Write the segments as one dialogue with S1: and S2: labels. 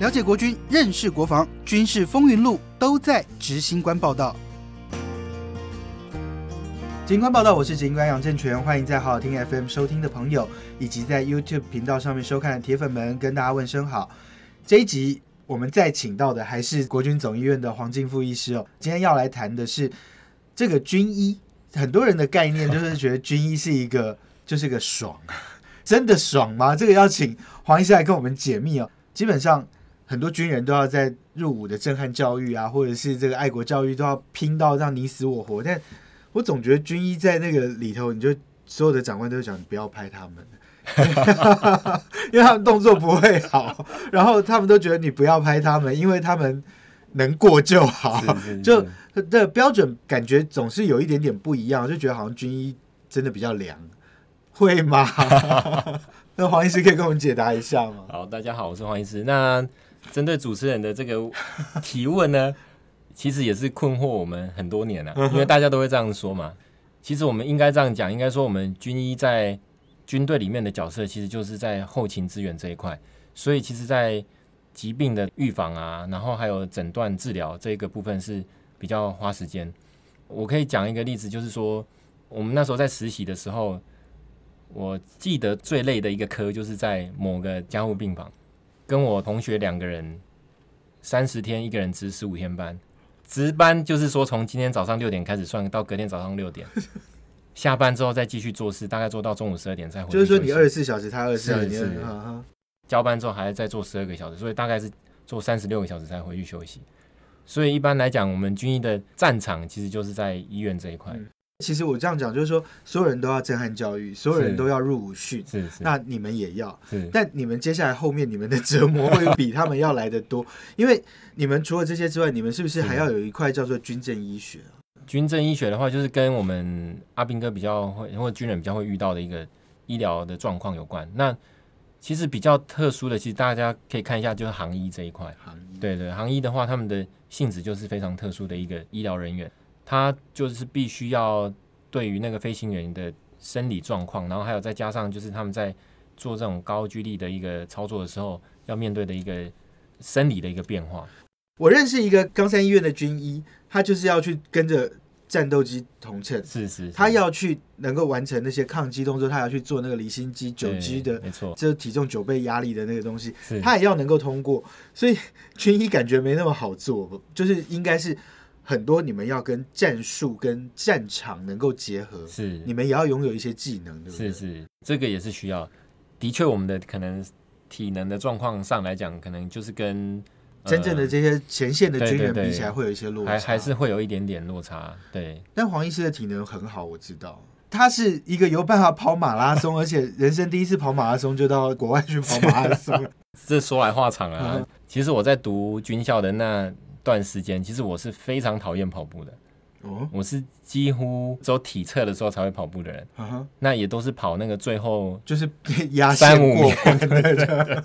S1: 了解国军，认识国防，军事风云录都在执行官报道。警官报道，我是警官杨正全，欢迎在好好听 FM 收听的朋友，以及在 YouTube 频道上面收看的铁粉们，跟大家问声好。这一集我们再请到的还是国军总医院的黄进富医师哦，今天要来谈的是这个军医，很多人的概念就是觉得军医是一个 就是个爽，真的爽吗？这个要请黄医师来跟我们解密哦。基本上很多军人都要在入伍的震撼教育啊，或者是这个爱国教育都要拼到让你死我活，但我总觉得军医在那个里头，你就所有的长官都会讲你不要拍他们， 因为他们动作不会好，然后他们都觉得你不要拍他们，因为他们能过就好。
S2: 是是
S1: 啊就是的标准感觉总是有一点点不一样，就觉得好像军医真的比较凉，会 吗？那黄医师可以跟我们解答一下吗？
S2: 好，大家好，我是黄医师。那针对主持人的这个提问呢， 其实也是困惑我们很多年了、因为大家都会这样说嘛。其实我们应该这样讲，应该说我们军医在军队里面的角色，其实就是在后勤支援这一块。所以其实，在疾病的预防啊，然后还有诊断治疗这个部分是比较花时间。我可以讲一个例子，就是说我们那时候在实习的时候，我记得最累的一个科就是在某个加护病房，跟我同学两个人，三十天一个人值十五天班，值班就是说从今天早上六点开始算到隔天早上六点，下班之后再继续做事，大概做到中午十二点再回去
S1: 就
S2: 休
S1: 是
S2: 息。
S1: 说你二十四小时，他二十四小时，
S2: 是
S1: 你
S2: 是
S1: 24啊哈
S2: 交班之后还要再做十二个小时，所以大概是做三十六个小时才回去休息。所以一般来讲，我们军医的战场其实就是在医院这一块，
S1: 嗯其实我这样讲，就是说所有人都要震撼教育，所有人
S2: 是
S1: 都要入伍训，
S2: 是是
S1: 那你们也要。
S2: 是
S1: 但你们接下来后面你们的折磨会比他们要来的多，因为你们除了这些之外，你们是不是还要有一块叫做军政医学啊？
S2: 军政医学的话，就是跟我们阿兵哥比较会或者军人比较会遇到的一个医疗的状况有关。那其实比较特殊的，其实大家可以看一下，就是行医这一块。
S1: 行医
S2: 对对，行医的话，他们的性质就是非常特殊的一个医疗人员，他就是必须要对于那个飞行员的生理状况，然后还有再加上就是他们在做这种高居力的一个操作的时候，要面对的一个生理的一个变化。
S1: 我认识一个冈山医院的军医，他就是要去跟着战斗机同乘，
S2: 是是，是
S1: 他要去能够完成那些抗击动作，他要去做那个离心机九
S2: 对
S1: G 的，
S2: 没错，
S1: 就是体重九倍压力的那个东西，
S2: 是
S1: 他也要能够通过。所以军医感觉没那么好做，就是应该是很多你们要跟战术跟战场能够结合，
S2: 是
S1: 你们也要拥有一些技能，对不对？
S2: 是是，这个也是需要。的确，我们的可能体能的状况上来讲，可能就是跟、呃
S1: 真正的这些前线的
S2: 对
S1: 军
S2: 对
S1: 人
S2: 对
S1: 比起来，会有一些落差。
S2: 还还是会有一点点落差。对，
S1: 但黄医师的体能很好，我知道。他是一个有办法跑马拉松，而且人生第一次跑马拉松就到国外去跑马拉
S2: 啊
S1: 松。
S2: 这说来话长啊。
S1: 嗯
S2: 其实我在读军校的那段时间，其实我是非常讨厌跑步的，
S1: 哦，
S2: 我是几乎只有体测的时候才会跑步的人。
S1: 啊哈，
S2: 那也都是跑那个最后
S1: 就是压线过关的，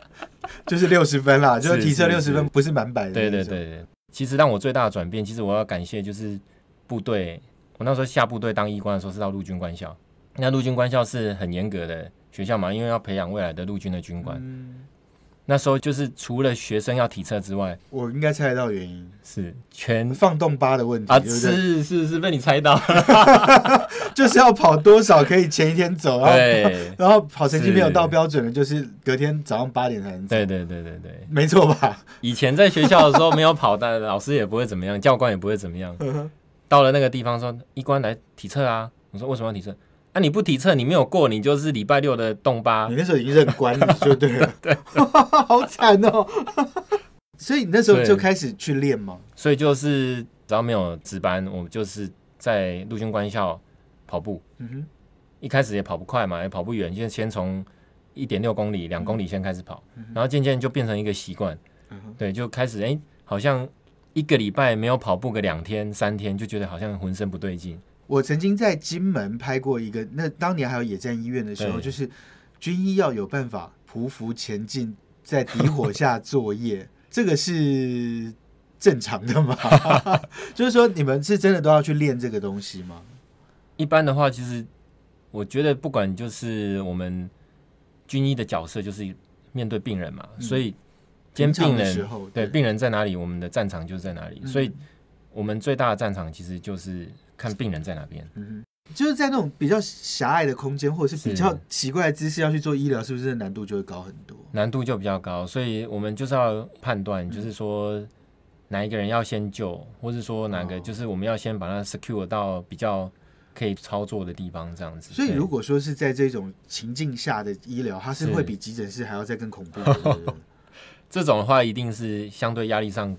S1: 就是六十分啦，就是
S2: 是
S1: 提车六
S2: 是
S1: 十
S2: 是
S1: 分，不是满百的。
S2: 对对对，对，其实让我最大的转变，其实我要感谢就是部队。我那时候下部队当医官的时候是到陆军官校，那陆军官校是很严格的学校嘛，因为要培养未来的陆军的军官。
S1: 嗯，
S2: 那时候就是除了学生要体测之外，
S1: 我应该猜得到原因，
S2: 是全
S1: 放动八的问题，
S2: 啊，
S1: 对不对？
S2: 是是是被你猜到，
S1: 就是要跑多少可以前一天走，然后
S2: 对
S1: 然后跑成绩没有
S2: 是
S1: 到标准的，就是隔天早上八点才能走，
S2: 对对对对对。
S1: 没错吧？
S2: 以前在学校的时候没有跑，但老师也不会怎么样，教官也不会怎么样。 到了那个地方说，医官来体测啊，我说为什么要体测？啊，你不体测，你没有过，你就是礼拜六的动八
S1: 你。那时候已经认官了，就对 了，对， 好惨哦。 所以你那时候就
S2: 对
S1: 开始去练吗？
S2: 所以就是只要没有值班，我就是在陆军官校跑步。
S1: 嗯哼，
S2: 一开始也跑不快嘛，也跑不远，就先从一点六公里、两公里先开始跑，
S1: 嗯哼
S2: 然后渐渐就变成一个习惯，
S1: 嗯哼
S2: 对，就开始哎、诶好像一个礼拜没有跑步个两天、三天，就觉得好像浑身不对劲。
S1: 我曾经在金门拍过一个，那当年还有野战医院的时候，
S2: 对
S1: 就是军医要有办法匍匐前进，在敌火下作 业，这个是正常的吗？就是说你们是真的都要去练这个东西吗？
S2: 一般的话，其实我觉得不管就是我们军医的角色，就是面对病人嘛，所以今天
S1: 平嗯
S2: 病
S1: 常的时
S2: 人
S1: 候
S2: 对
S1: 对嗯
S2: 病人在哪里，我们的战场就在哪里，所以我们最大的战场其实就是看病人在哪边。
S1: 嗯哼，就是在那种比较狭隘的空间，或者是比
S2: 是
S1: 较奇怪的姿势要去做医疗，是不是难度就会高很多？
S2: 难度就比较高，所以我们就是要判断，
S1: 嗯
S2: 就是说哪一个人要先救，或是说哪
S1: 哦
S2: 个就是我们要先把它 secure 到比较可以操作的地方，这样子。
S1: 所以
S2: 对
S1: 如果说是在这种情境下的医疗，它是
S2: 是
S1: 会比急诊室还要再更恐怖的那 种。
S2: 这种的话，一定是相对压力上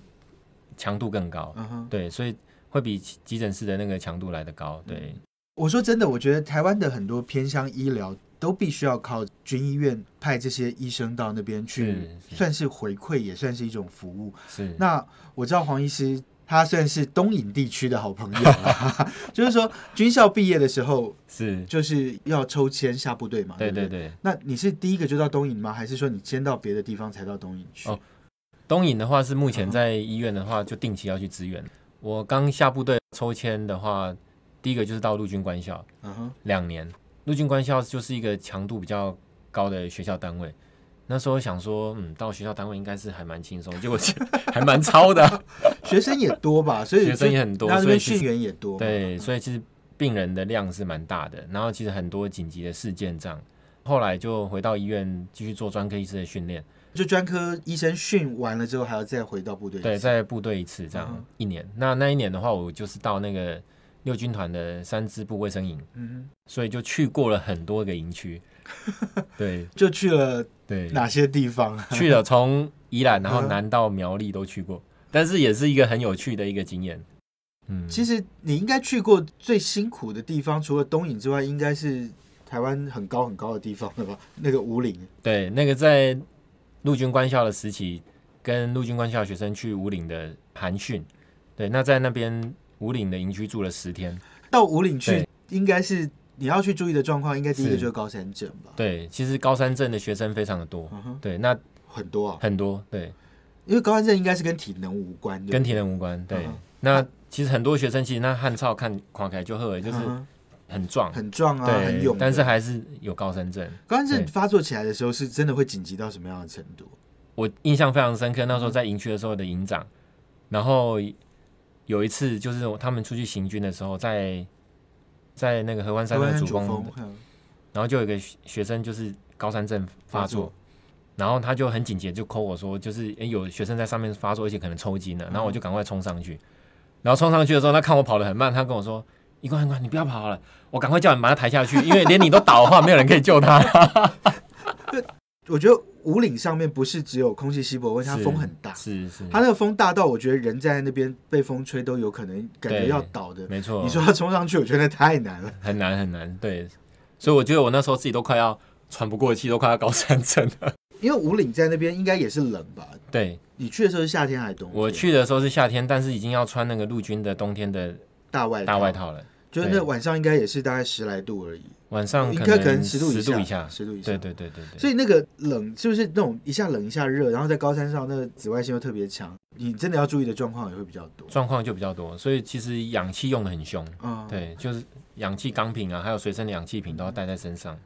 S2: 强度更高，
S1: 嗯哼，
S2: 对，所以会比急急诊室的那个强度来得高，对，
S1: 我说真的，我觉得台湾的很多偏乡医疗都必须要靠军医院派这些医生到那边去，
S2: 是是
S1: 算是回馈，也算是一种服务。
S2: 是
S1: 那我知道黄医师他算是东引地区的好朋友 啦，就是说军校毕业的时候
S2: 是，
S1: 就是要抽签下部队嘛，
S2: 对
S1: 不
S2: 对对。
S1: 那你是第一个就到东营吗？还是说你先到别的地方才到东营去？
S2: 哦东引的话是目前在医院的话，就定期要去支援。我刚下部队抽签的话，第一个就是到陆军官校，
S1: 嗯哼，
S2: 两年。陆军官校就是一个强度比较高的学校单位。那时候想说，嗯，到学校单位应该是 还蛮轻松，结果还蛮超的啊、
S1: 学生也多吧，所以
S2: 学生也很多
S1: 那那
S2: 所
S1: 边
S2: 以其实
S1: 训员也多。，
S2: 对，所以其实病人的量是蛮大的，然后其实很多紧急的事件这样。后来就回到医院继续做专科医师的训练，
S1: 就专科医生训完了之后，还要再回到部队。
S2: 对，，在部队一次
S1: 嗯
S2: 这样一年。那那一年的话，我就是到那个六军团的三支部卫生营，
S1: 嗯
S2: 所以就去过了很多个 营区。对
S1: 哼，就去了
S2: 对，
S1: 哪些地方？
S2: 去了从宜兰，然后
S1: 嗯
S2: 南到苗栗都去过，但是也是一个很有趣的一个经验。嗯，
S1: 其实你应该去过最辛苦的地方，除了东营之外，应该是台湾很高很高的地方了吧？ 那个五岭，
S2: 对那个在陆军官校的时期，跟陆军官校的学生去五岭的寒训，对，那在那边五岭的营区住了十天。
S1: 到五岭去
S2: 对，
S1: 应该是你要去注意的状况，应该第一个
S2: 是
S1: 就是高山症吧？
S2: 对，其实高山镇的学生非常的多，
S1: 嗯哼，
S2: 对，那
S1: 很多啊，
S2: 很多，对，
S1: 因为高山症应该是跟体能无关的。
S2: 跟体能无关，对。
S1: 嗯
S2: 那其实很多学生其实那汉操看看起来就很就
S1: 嗯
S2: 是
S1: 哼
S2: 很壮，
S1: 很壮啊，很
S2: 对
S1: 勇，，
S2: 但是还是有高山症。
S1: 高山症
S2: 对
S1: 发作起来的时候，是真的会紧急到什么样的程度？
S2: 我印象非常深刻，那
S1: 嗯
S2: 时候在营区的时候的营长，然后有一次就是他们出去行军的时候在，在那个合欢山
S1: 高
S2: 那个
S1: 山
S2: 主
S1: 主
S2: 峰，
S1: 峰，嗯
S2: 然后就有一个学学生就是高山症发
S1: 发作
S2: 作，然后他就很紧急地就 call 我说，就是诶有学生在上面发作，而且可能抽筋了，然后
S1: 嗯
S2: 我就赶快冲上去，然后冲上去的时候，他看我跑得很慢，他跟我说。一关一关，你不要跑了，我赶快叫你把他抬下去，因为连你都倒的话，没有人可以 救他。
S1: 我觉得五岭上面不是只有空气稀薄问题，它
S2: 是
S1: 风很大，
S2: 是是，
S1: 它那个风大到我觉得人在那边被风吹都有可能感觉
S2: 对
S1: 要倒的。
S2: 没错。
S1: 你说要冲上去，我觉得太难了。
S2: 很难很难，对，所以我觉得我那时候自己都快要喘不过气，都快要高 山症了。
S1: 因为五岭在那边应该也是冷吧？
S2: 对
S1: 你去的时候是夏天还是冬天？
S2: 我去的时候是夏天，但是已经要穿那个陆军的冬天的
S1: 大外
S2: 大外，套了，
S1: 就是那
S2: 对
S1: 晚上应该也是大概十来度而已，
S2: 晚上
S1: 应
S2: 可
S1: 该可能
S2: 能
S1: 十
S2: 十
S1: 度以
S2: 度以
S1: 下，
S2: 下，
S1: 十度以下。
S2: 对对对对对，
S1: 所以那个冷是不是那种一下冷一下热，然后在高山上那个紫外线又特别强，你真的要注意的状况也会比较多。
S2: 状况就比较多，所以其实氧气用的很凶，
S1: 嗯，。
S2: 对，就是氧气钢瓶啊，还有随身的氧气瓶都要带在身上，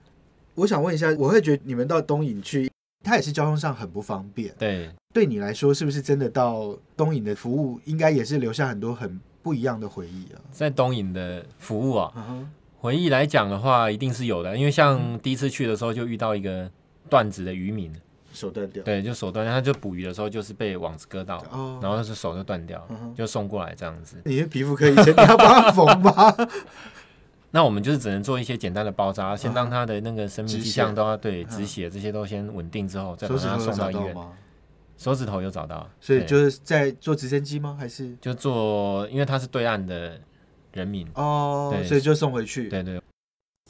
S1: 我想问一下，我会觉得你们到东引去，它也是交通上很不方便。
S2: 对。
S1: 对你来说，是不是真的到东引的服务，应该也是留下很多很不一样的回忆啊？
S2: 在东引的服务啊，
S1: 啊，
S2: 回忆来讲的话，一定是有的，因为像第一次去的时候就遇到一个段子的渔民，
S1: 手断掉。
S2: 对，就手断掉，他就捕鱼的时候就是被网子割到，
S1: 哦
S2: 然后就是手就断掉
S1: 嗯，哼
S2: 就送过来这样子。
S1: 你是皮肤科医生，你要帮他缝 吗？
S2: 那我们就是只能做一些简单的包扎，先让他的那个生命
S1: 嗯止
S2: 迹
S1: 血
S2: 象都要对
S1: 嗯
S2: 止血这些都先稳定之后，再
S1: 手
S2: 把
S1: 指
S2: 他
S1: 头有
S2: 送
S1: 找
S2: 到医
S1: 到
S2: 院。
S1: 吗？
S2: 手指头有找到，
S1: 所以
S2: 对
S1: 就是在坐直升机吗？还是
S2: 就做，因为他是对岸的人民，
S1: 哦，
S2: 对
S1: 所以就送回去。
S2: 对对，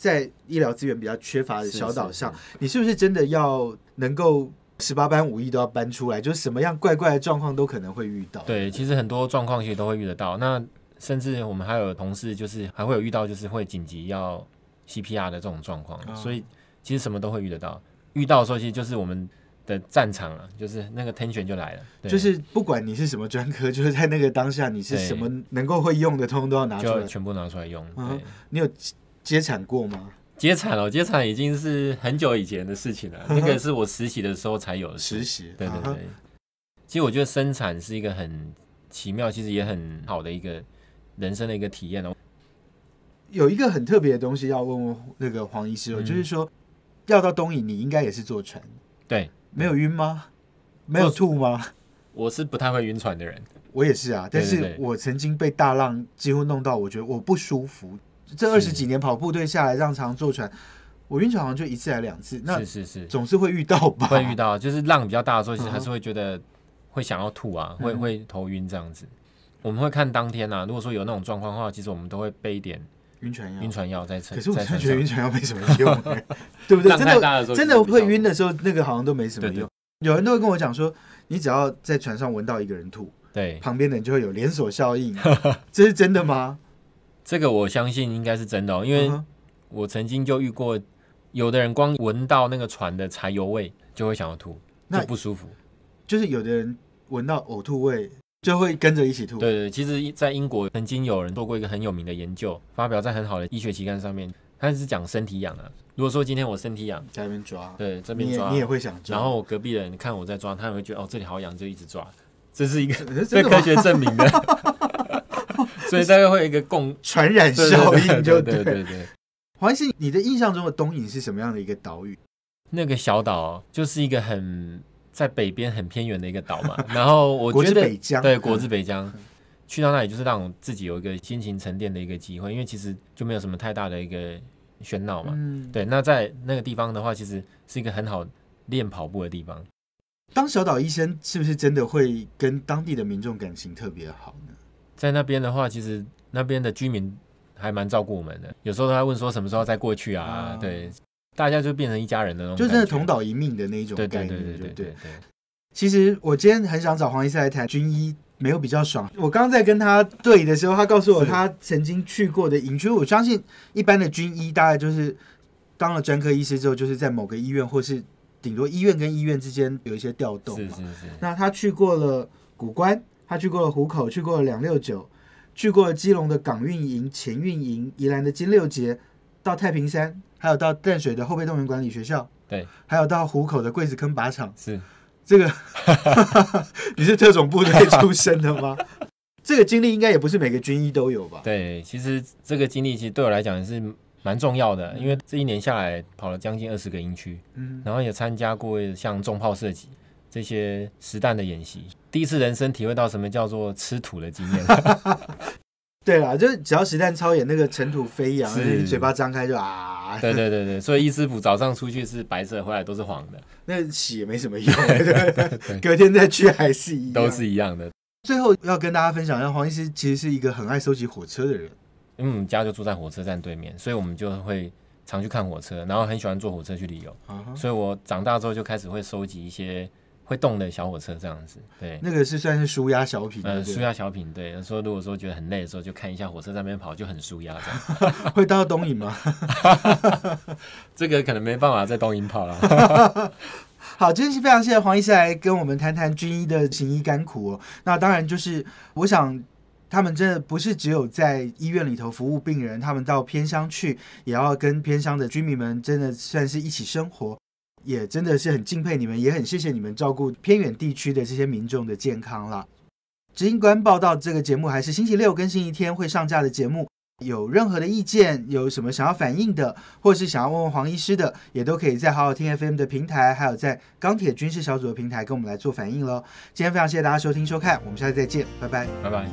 S1: 在医疗资源比较缺乏的
S2: 是
S1: 小岛上，，
S2: 是是
S1: 你是不是真的要能够十八般武艺都要搬出来？就是什么样怪怪的状况都可能会遇到。，
S2: 对，其实很多状况其实都会遇得到。那甚至我们还有同事就是还会有遇到就是会紧急要 CPR 的这种状况，
S1: 哦
S2: 所以其实什么都会遇得到。遇到的时候其实就是我们的战场啊，就是那个 tension 就来了，对
S1: 就是不管你是什么专科，就是在那个当下，你是
S2: 对
S1: 什么能够会用的，通通都要拿出
S2: 就
S1: 来。
S2: 全部拿出来用。
S1: 嗯
S2: 对，
S1: 你有接产过吗？
S2: 接产了，接产已经是很久以前的事情了，那个是我实习的时候才有的
S1: 嗯实
S2: 事。
S1: 习，
S2: 对对
S1: 啊哈
S2: 对，其实我觉得生产是一个很奇妙，其实也很好的一个人生的一个体验哦。
S1: 有一个很特别的东西要问问那个黄医师哦，
S2: 嗯
S1: 就是说要到东引，你应该也是坐船，
S2: 对，
S1: 没有晕吗？没有吐吗？
S2: 我是不太会晕船的人，
S1: 我也是啊，但
S2: 对
S1: 是
S2: 对对
S1: 我曾经被大浪几乎弄到，我觉得我不舒服。这二十几年跑步队下来，让常坐船，我晕船好像就一次还两次，那
S2: 是是是，
S1: 总是会遇到吧？
S2: 会遇到，就是浪比较大的时候，其实还
S1: 嗯
S2: 是会觉得会想要吐啊，会
S1: 嗯
S2: 会头晕这样子。我们会看当天啊，如果说有那种状况的话，其实我们都会备一点
S1: 晕船药
S2: 晕。船药在
S1: 嗯
S2: 身，
S1: 可是我
S2: 在
S1: 真的
S2: 身
S1: 觉得
S2: 上
S1: 晕。船药没什么用、 欸对不对？
S2: 浪
S1: 真
S2: 太大的时
S1: 的
S2: 候
S1: 真
S2: 其
S1: 的
S2: 实比较
S1: 会晕的时候，那个好像都没什么
S2: 对对
S1: 用。有人都会跟我讲说，你只要在船上闻到一个人吐，
S2: 对，
S1: 旁边的人就会有连锁效 应，这是真的吗？
S2: 这个我相信应该是真的哦，因为
S1: 嗯哼
S2: 我曾经就遇过，有的人光闻到那个船的柴油味就会想要吐，
S1: 那
S2: 就不舒服。
S1: 就是有的人闻到呕吐味，就会跟着一起吐。
S2: 对对，其实，在英国曾经有人做过一个很有名的研究，发表在很好的医学期刊上面，他是讲身体痒啊。如果说今天我身体痒，
S1: 在那边抓，
S2: 对这
S1: 你
S2: 边
S1: 也
S2: 抓
S1: 你，也会想抓。
S2: 然后我隔壁的人看我在抓，他也会觉得哦这里好痒，就一直抓，这是一个
S1: 可是
S2: 被
S1: 真的
S2: 科
S1: 吗
S2: 学证 明的，所以大概会有一个 共
S1: 传染
S2: 对
S1: 效
S2: 对
S1: 应
S2: 对
S1: 就
S2: 对对对对。
S1: 黄信，你的印象中的东引是什么样的一个岛屿？
S2: 那个小岛就是一个很在北边很偏远的一个岛 嘛，然后我
S1: 国
S2: 觉
S1: 之
S2: 得
S1: 北疆，嗯
S2: 对国之北疆，嗯去到那里就是让我自己有一个心情沉淀的一个机会，因为其实就没有什么太大的一个喧闹嘛。
S1: 嗯，嗯。
S2: 对，那在那个地方的话，其实是一个很好练跑步的地方。
S1: 当小岛医生是不是真的会跟当地的民众感情特别好呢？
S2: 在那边的话，其实那边的居民还蛮照顾我们的，有时候他问说什么时候再过去啊，
S1: 啊
S2: 对，大家就变成一家人的那种
S1: 就
S2: 感觉，
S1: 真的同岛一命的那一种
S2: 对
S1: 概
S2: 对对
S1: 念，
S2: 对
S1: 就
S2: 对对对。
S1: 其实我今天很想找黄医师来谈军医，没有比较爽。我刚刚在跟他对的时候，他告诉我
S2: 是
S1: 他曾经去过的营区。我相信一般的军医大概就是当了专科医师之后，就是在某个医院或是顶多医院跟医院之间有一些调动
S2: 是
S1: 嘛。
S2: 是是，
S1: 那他去过了古关，他去过了湖口，去过了两六九，去过了基隆的港运营、前运营、宜兰的金六节，到太平山，还有到淡水的后备动员管理学校，
S2: 对，
S1: 还有到湖口的桂子坑靶场。
S2: 是
S1: 这个 你是特种部队出身的吗？这个经历应该也不是每个军医都有吧？
S2: 对，其实这个经历其实对我来讲也是蛮重要的，
S1: 嗯
S2: 因为这一年下来跑了将近二十个营区，
S1: 嗯，
S2: 然后也参加过像重炮射击这些实弹的演习，第一次人生体会到什么叫做吃土的经验。
S1: 对啦，就是只要实弹操演那个尘土飞扬，
S2: 是
S1: 而且你嘴巴张开就啊，
S2: 对对对对，所以易师傅早上出去是白色，回来都是黄的，
S1: 那洗也没什么 用，对不对？ 隔天再去还是一样。
S2: 都是一样的。
S1: 最后要跟大家分享一下，黄医师其实是一个很爱收集火车的人。
S2: 因为我们家就住在火车站对面，所以我们就会常去看火车，然后很喜欢坐火车去旅游，
S1: 啊哈，
S2: 所以我长大之后就开始会收集一些会动的小火车这样子。对，
S1: 那个是算是舒压小品，
S2: 呃，
S1: 对不
S2: 舒
S1: 对
S2: 压小品，对，说如果说觉得很累的时候，就看一下火车站那边跑，就很舒压这样。
S1: 会到东影吗？
S2: 这个可能没办法在东营跑了。
S1: 好，今天是非常谢谢黄医师来跟我们谈谈军医的行医甘苦哦。那当然就是，我想他们真的不是只有在医院里头服务病人，他们到偏乡去也要跟偏乡的居民们真的算是一起生活，也真的是很敬佩你们，也很谢谢你们照顾偏远地区的这些民众的健康啦。尽管报道这个节目还是星期六跟星期天会上架的节目。有任何的意见，有什么想要反映的，或是想要问问黄医师的，也都可以在好好听 FM 的平台，还有在钢铁军事小组的平台跟我们来做反应喽。今天非常谢谢大家收听收看，我们下次再见，拜拜。
S2: 拜拜。